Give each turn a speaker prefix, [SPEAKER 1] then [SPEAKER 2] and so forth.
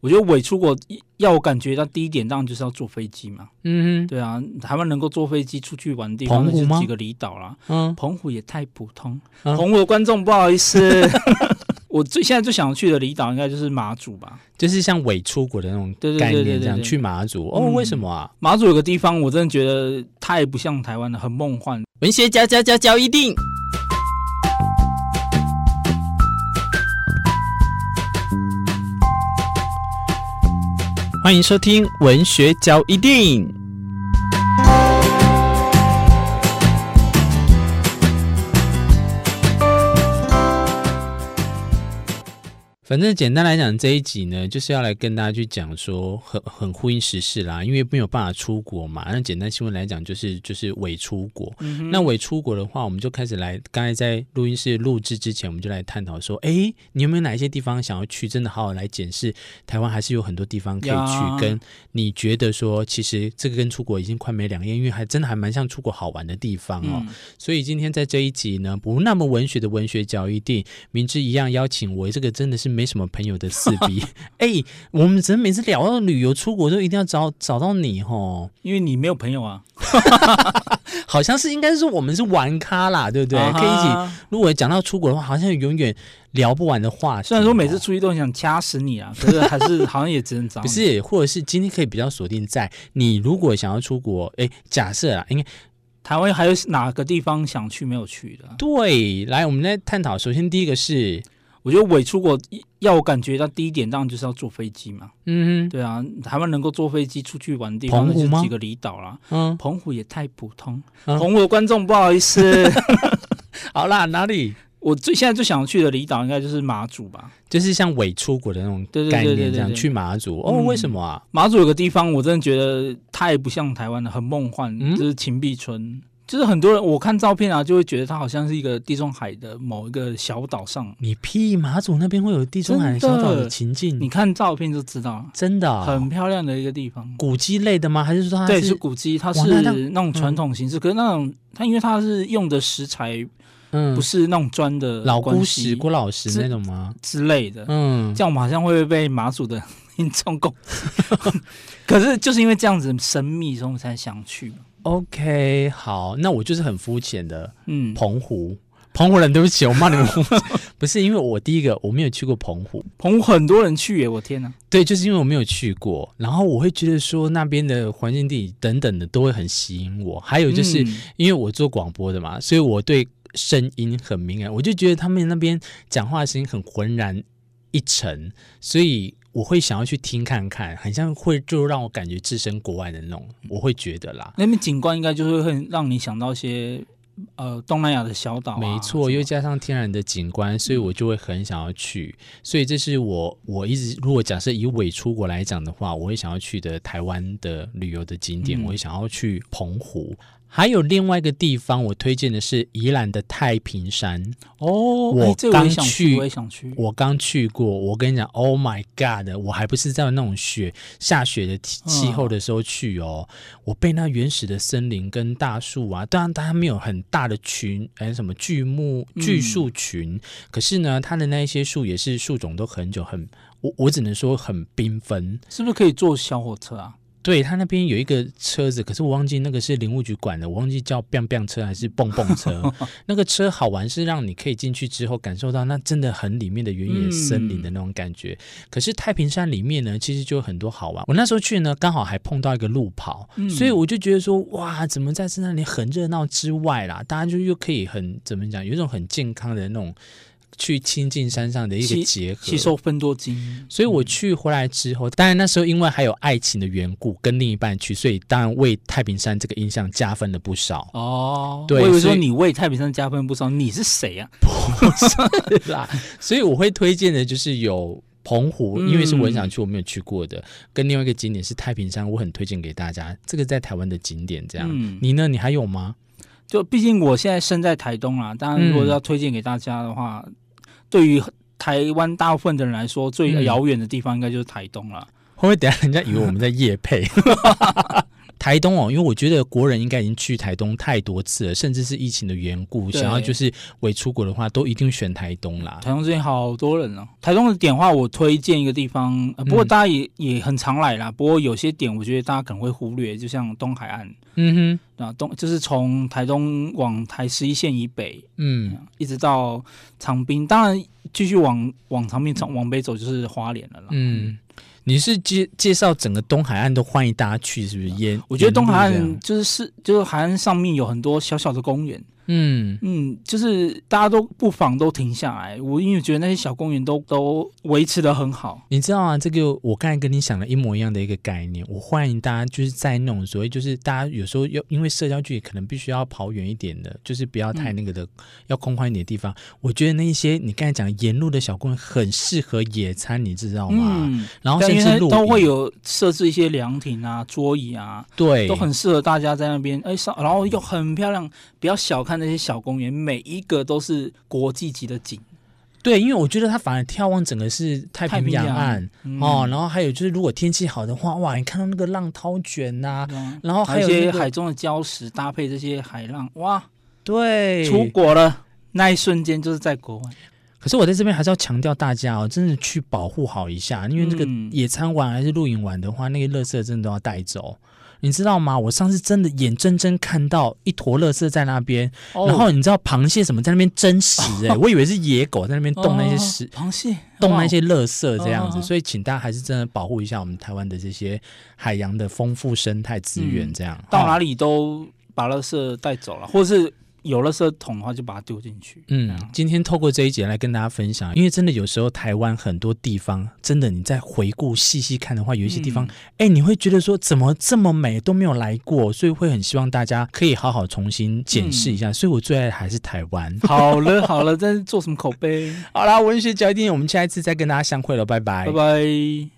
[SPEAKER 1] 我觉得伪出国要我感觉到第一点，当然就是要坐飞机嘛。
[SPEAKER 2] 嗯
[SPEAKER 1] 对啊，台湾能够坐飞机出去玩的地方，那
[SPEAKER 2] 澎湖
[SPEAKER 1] 就
[SPEAKER 2] 吗
[SPEAKER 1] 几个离岛啦。
[SPEAKER 2] 哼嗯，
[SPEAKER 1] 澎湖也太普通，
[SPEAKER 2] 啊
[SPEAKER 1] 澎湖的观众不好意思。 我最现在最想去的离岛应该就是马祖吧。
[SPEAKER 2] 就是像伪出国的那种
[SPEAKER 1] 对对对
[SPEAKER 2] 概
[SPEAKER 1] 对对
[SPEAKER 2] 念，这
[SPEAKER 1] 对
[SPEAKER 2] 样
[SPEAKER 1] 对
[SPEAKER 2] 去马祖哦，
[SPEAKER 1] 嗯
[SPEAKER 2] 为什么啊？
[SPEAKER 1] 马祖有个地方，我真的觉得太不像台湾了，很梦幻。
[SPEAKER 2] 文学家家家教一定。欢迎收听《文学交一定》。反正简单来讲，这一集呢，就是要来跟大家去讲说很很呼应时事啦，因为没有办法出国嘛。那简单新闻来讲，就是就是伪出国。那伪出国的话，我们就开始来，刚才在录音室录制之前，我们就来探讨说，哎，你有没有哪一些地方想要去？真的好好来检视，台湾还是有很多地方可以
[SPEAKER 1] 呀
[SPEAKER 2] 去，跟你觉得说，其实这个跟出国已经快没两样，因为还真的还蛮像出国好玩的地方哦。
[SPEAKER 1] 嗯，
[SPEAKER 2] 所以今天在这一集呢，不那么文学的文学角一定，明知一样邀请我，这个真的是没什么朋友的四 逼。哎、我们真每次聊到旅游出国，都一定要找找到你哦，
[SPEAKER 1] 因为你没有朋友啊，
[SPEAKER 2] 好像是应该是我们是玩咖啦，对不对？
[SPEAKER 1] 啊哈
[SPEAKER 2] 可以一起。如果讲到出国的话，好像永远聊不完的话题哦
[SPEAKER 1] 虽然说每次出去都很想掐死你啊，可是还是好像也只能找你
[SPEAKER 2] 不是，或者是今天可以比较锁定在你如果想要出国，哎，假设啦，应该。
[SPEAKER 1] 台湾还有哪个地方想去没有去的啊？
[SPEAKER 2] 对，来，我们来探讨。首先，第一个是，
[SPEAKER 1] 我觉得伪出国要我感觉到第一点，当然就是要坐飞机嘛。
[SPEAKER 2] 嗯
[SPEAKER 1] 对啊，台湾能够坐飞机出去玩的地方，那
[SPEAKER 2] 澎湖
[SPEAKER 1] 就
[SPEAKER 2] 吗
[SPEAKER 1] 几个离岛啦。
[SPEAKER 2] 哼嗯，
[SPEAKER 1] 澎湖也太普通，
[SPEAKER 2] 啊
[SPEAKER 1] 澎湖的观众不好意思。
[SPEAKER 2] 好啦，哪里？
[SPEAKER 1] 我最现在最想去的离岛应该就是马祖吧。
[SPEAKER 2] 就是像伪出国的那种
[SPEAKER 1] 对对对
[SPEAKER 2] 概
[SPEAKER 1] 对
[SPEAKER 2] 念，
[SPEAKER 1] 对
[SPEAKER 2] 这样
[SPEAKER 1] 对
[SPEAKER 2] 去马祖哦？
[SPEAKER 1] 嗯
[SPEAKER 2] 为什么啊？
[SPEAKER 1] 马祖有个地方，我真的觉得太不像台湾了，很梦幻，
[SPEAKER 2] 嗯
[SPEAKER 1] 就是秦壁村。就是很多人我看照片啊，就会觉得它好像是一个地中海的某一个小岛上。
[SPEAKER 2] 你屁，马祖那边会有地中海
[SPEAKER 1] 真的
[SPEAKER 2] 小岛的情境？
[SPEAKER 1] 你看照片就知道了，
[SPEAKER 2] 真的啊、
[SPEAKER 1] 很漂亮的一个地方。
[SPEAKER 2] 古迹类的吗？还是说它
[SPEAKER 1] 对，
[SPEAKER 2] 啊是
[SPEAKER 1] 是古迹，它
[SPEAKER 2] 哇那
[SPEAKER 1] 是
[SPEAKER 2] 那嗯
[SPEAKER 1] 那种传统形式，可是那种它因为它是用的食材
[SPEAKER 2] 嗯
[SPEAKER 1] 不是那种砖的
[SPEAKER 2] 老
[SPEAKER 1] 关
[SPEAKER 2] 姑
[SPEAKER 1] 系
[SPEAKER 2] 石、郭老师
[SPEAKER 1] 是
[SPEAKER 2] 那种吗？
[SPEAKER 1] 之类的，
[SPEAKER 2] 嗯
[SPEAKER 1] 这，样我们好像会被马祖的 民众攻击。 可是就是因为这样子神秘，所以我们才想去嘛。
[SPEAKER 2] OK，好，那我就是很肤浅的
[SPEAKER 1] 嗯，
[SPEAKER 2] 澎湖，澎湖人，对不起，我骂你们 澎湖，不是因为我第一个我没有去过澎湖，
[SPEAKER 1] 澎湖很多人去耶，我天哪、
[SPEAKER 2] 对，就是因为我没有去过，然后我会觉得说那边的环境地理等等的都会很吸引我，还有就是、
[SPEAKER 1] 嗯
[SPEAKER 2] 因为我做广播的嘛，所以我对声音很敏感，我就觉得他们那边讲话的声音很浑然一沉，所以我会想要去听看看，很像会就让我感觉置身国外的那种，我会觉得啦。
[SPEAKER 1] 那边景观应该就是会很让你想到一些呃东南亚的小岛啊、
[SPEAKER 2] 没错，又加上天然的景观，所以我就会很想要去。所以这是我我一直如果假设以伪出国来讲的话，我会想要去的台湾的旅游的景点，
[SPEAKER 1] 嗯
[SPEAKER 2] 我会想要去澎湖。还有另外一个地方，我推荐的是宜兰的太平山。
[SPEAKER 1] 哦，哎
[SPEAKER 2] 我
[SPEAKER 1] 这我也
[SPEAKER 2] 刚
[SPEAKER 1] 想
[SPEAKER 2] 去
[SPEAKER 1] 我也想去。
[SPEAKER 2] 我刚去过，我跟你讲，Oh my God！我还不是在那种雪下雪的气
[SPEAKER 1] 嗯
[SPEAKER 2] 气候的时候去哦，我被那原始的森林跟大树啊，当然它没有很大的群，哎，什么巨木
[SPEAKER 1] 嗯
[SPEAKER 2] 巨树群，可是呢，它的那一些树也是树种都很久，很我我只能说很缤纷。
[SPEAKER 1] 是不是可以坐小火车啊？
[SPEAKER 2] 对，它那边有一个车子，可是我忘记那个是林务局管的，我忘记叫 biang biang 车还是蹦蹦车。那个车好玩是让你可以进去之后感受到那真的很里面的原野森林的那种感觉。可是太平山里面呢，其实就有很多好玩。我那时候去呢，刚好还碰到一个路跑，
[SPEAKER 1] 嗯
[SPEAKER 2] 所以我就觉得说，哇，怎么在这那里很热闹之外啦，大家就又可以很怎么讲，有一种很健康的那种去亲近山上的一个
[SPEAKER 1] 吸
[SPEAKER 2] 结合，
[SPEAKER 1] 吸收分多精，。
[SPEAKER 2] 所以我去回来之后，当然那时候因为还有爱情的缘故，跟另一半去，所以当然为太平山这个印象加分了不少
[SPEAKER 1] 哦，
[SPEAKER 2] 对
[SPEAKER 1] 我以为
[SPEAKER 2] 所
[SPEAKER 1] 说
[SPEAKER 2] 以
[SPEAKER 1] 你为太平山加分不少，你是谁啊？
[SPEAKER 2] 对啦，所以我会推荐的就是有澎湖，
[SPEAKER 1] 嗯
[SPEAKER 2] 因为是我很想去，我没有去过的，跟另外一个景点是太平山，我很推荐给大家。这个在台湾的景点，这样、
[SPEAKER 1] 嗯
[SPEAKER 2] 你呢？你还有吗？
[SPEAKER 1] 就毕竟我现在身在台东啦，当然如果
[SPEAKER 2] 嗯
[SPEAKER 1] 要推荐给大家的话，对于台湾大部分的人来说，最
[SPEAKER 2] 嗯
[SPEAKER 1] 遥远的地方应该就是台东啦。
[SPEAKER 2] 会不会等一下人家以为我们在夜配？台东哦，因为我觉得国人应该已经去台东太多次了，甚至是疫情的缘故，
[SPEAKER 1] 对
[SPEAKER 2] 想要就是伪出国的话，都一定选台东啦。
[SPEAKER 1] 台东最近好多人哦。台东的点的话，我推荐一个地方，呃、不过
[SPEAKER 2] 嗯
[SPEAKER 1] 大家也、也很常来啦。不过有些点，我觉得大家可能会忽略，就像东海岸
[SPEAKER 2] 嗯哼，
[SPEAKER 1] 啊，东就是从台东往台十一线以北，
[SPEAKER 2] 嗯，
[SPEAKER 1] 一直到长滨。当然，继续往往长滨、往往北走就是花莲了啦。
[SPEAKER 2] 嗯，你是介介绍整个东海岸都欢迎大家去，是不是？也
[SPEAKER 1] 啊我觉得东海
[SPEAKER 2] 沿路这
[SPEAKER 1] 岸
[SPEAKER 2] 样
[SPEAKER 1] 就是是就是海岸上面有很多小小的公园，
[SPEAKER 2] 嗯
[SPEAKER 1] 嗯，就是大家都不妨都停下来。我因为觉得那些小公园都都维持的很好，
[SPEAKER 2] 你知道啊，这个我刚才跟你想的一模一样的一个概念。我欢迎大家就是在那种所谓就是大家有时候要因为社交距离可能必须要跑远一点的，就是不要太那个
[SPEAKER 1] 嗯
[SPEAKER 2] 的，要空旷一点的地方。我觉得那一些你刚才讲沿路的小公园很适合野餐，你知道吗？
[SPEAKER 1] 嗯，
[SPEAKER 2] 然后
[SPEAKER 1] 但
[SPEAKER 2] 甚
[SPEAKER 1] 因为它
[SPEAKER 2] 至露
[SPEAKER 1] 都
[SPEAKER 2] 营
[SPEAKER 1] 会有设置一些凉亭啊、桌椅啊，
[SPEAKER 2] 对
[SPEAKER 1] 都很适合大家在那边哎上，然后又很漂亮。不要小看那些小公园，每一个都是国际级的景。
[SPEAKER 2] 对，因为我觉得它反而眺望整个是太
[SPEAKER 1] 太
[SPEAKER 2] 平
[SPEAKER 1] 平
[SPEAKER 2] 洋
[SPEAKER 1] 洋
[SPEAKER 2] 岸
[SPEAKER 1] 嗯
[SPEAKER 2] 哦，，然后还有就是如果天气好的话，哇，你看到那个浪涛卷呐、
[SPEAKER 1] 对啊
[SPEAKER 2] 然后哦还
[SPEAKER 1] 还有
[SPEAKER 2] 有
[SPEAKER 1] 一些
[SPEAKER 2] 那个
[SPEAKER 1] 海中的礁石搭配这些海浪，哇，
[SPEAKER 2] 对
[SPEAKER 1] 出国了。那一瞬间就是在国外，
[SPEAKER 2] 可是我在这边还是要强调大家哦，真的去保护好一下，因为这个
[SPEAKER 1] 嗯
[SPEAKER 2] 野餐完还是露营完的话，那个垃圾真的都要带走。你知道吗？我上次真的眼睁睁看到一坨垃圾在那边，
[SPEAKER 1] 哦
[SPEAKER 2] 然后你知道螃蟹什么在那边争食、欸， 我以为是野狗在那边动那些食
[SPEAKER 1] 哦、螃蟹，
[SPEAKER 2] 动
[SPEAKER 1] 哇
[SPEAKER 2] 那些垃圾这样子，
[SPEAKER 1] 哦
[SPEAKER 2] 所以请大家还是真的保护一下我们台湾的这些海洋的丰富生态资源，
[SPEAKER 1] 嗯
[SPEAKER 2] 这样、
[SPEAKER 1] 到哪
[SPEAKER 2] 里？
[SPEAKER 1] 里都把垃圾带走了，或者是有垃圾桶的话就把它丢进去。
[SPEAKER 2] 嗯，今天透过这一节来跟大家分享，因为真的有时候台湾很多地方，真的你再回顾细细看的话，有一些地
[SPEAKER 1] 嗯
[SPEAKER 2] 方，哎、你会觉得说怎么这么美都没有来过，所以会很希望大家可以好好重新检视一下。所以我最爱的还是台湾。
[SPEAKER 1] 好了好 了，在做什么口碑？
[SPEAKER 2] 哎好啦，文学角一点，我们下一次再跟大家相会了，拜拜
[SPEAKER 1] 拜拜。